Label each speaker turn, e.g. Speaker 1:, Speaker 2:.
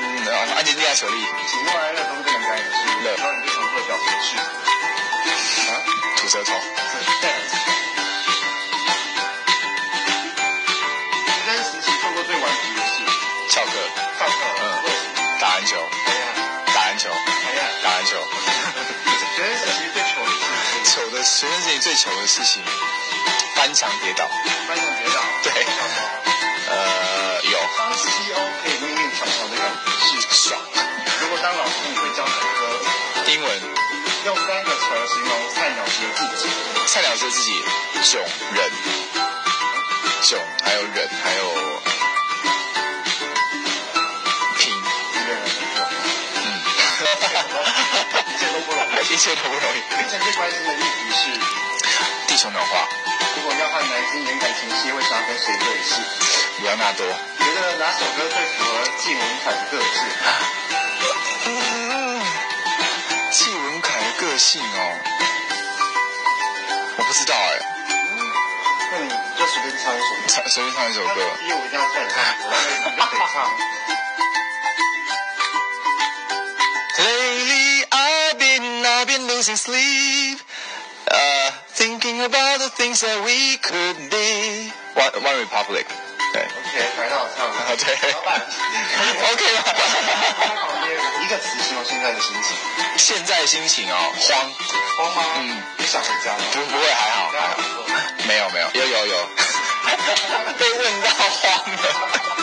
Speaker 1: 您力量所力。
Speaker 2: 喜怒哀乐都是这两家游戏，
Speaker 1: 对
Speaker 2: 然后你就重做小程序。
Speaker 1: 啊，吐舌头。
Speaker 2: 对。学生时期做过最顽皮的游戏，
Speaker 1: 翘课，
Speaker 2: 上课
Speaker 1: 嗯
Speaker 2: 做什么？
Speaker 1: 打篮球，
Speaker 2: 哎呀，
Speaker 1: 打篮球，
Speaker 2: 哎呀，
Speaker 1: 打篮球。
Speaker 2: 学生时期最糗的事情，
Speaker 1: 糗的学生时期最糗的事情，翻墙跌倒。
Speaker 2: 班上跌倒，
Speaker 1: 对呃，有
Speaker 2: 当 CEO 可以命令小小的感觉是，
Speaker 1: 爽。
Speaker 2: 如果当老师你会教哪个？
Speaker 1: 英文，
Speaker 2: 用三个词儿形容菜鸟时的自己。
Speaker 1: 菜鸟是自己囧人，囧还有忍还有拼，
Speaker 2: 一个人 的工作，
Speaker 1: 嗯，
Speaker 2: 一切都不容易。
Speaker 1: 一切都不容易。
Speaker 2: 凌晨最关心的议题是，
Speaker 1: 地球暖化，
Speaker 2: 如果要和男星演感情戏，会想要跟谁对戏？
Speaker 1: 里奥纳多。
Speaker 2: 觉得哪首歌最符合季文凯的个性？
Speaker 1: 嗯季文凯的个性哦，我不知道哎，
Speaker 2: 那你就随便唱一首歌。
Speaker 1: 唱随便唱一首歌。
Speaker 2: 逼我一定要再唱，我就得唱。
Speaker 1: Lately, I've been, I've been losing sleep, uh, thinking about the things that we could be. One, One Republic. 对
Speaker 2: OK，还让我唱吧。
Speaker 1: 啊对
Speaker 2: 老板。
Speaker 1: ，OK 吧？
Speaker 2: 一个词形容现在的心情，
Speaker 1: 现在心情哦，慌，
Speaker 2: 慌吗？
Speaker 1: 嗯，
Speaker 2: 你想回家吗？
Speaker 1: 不不会还 好，还好，没有没有，有有有，被问到慌了。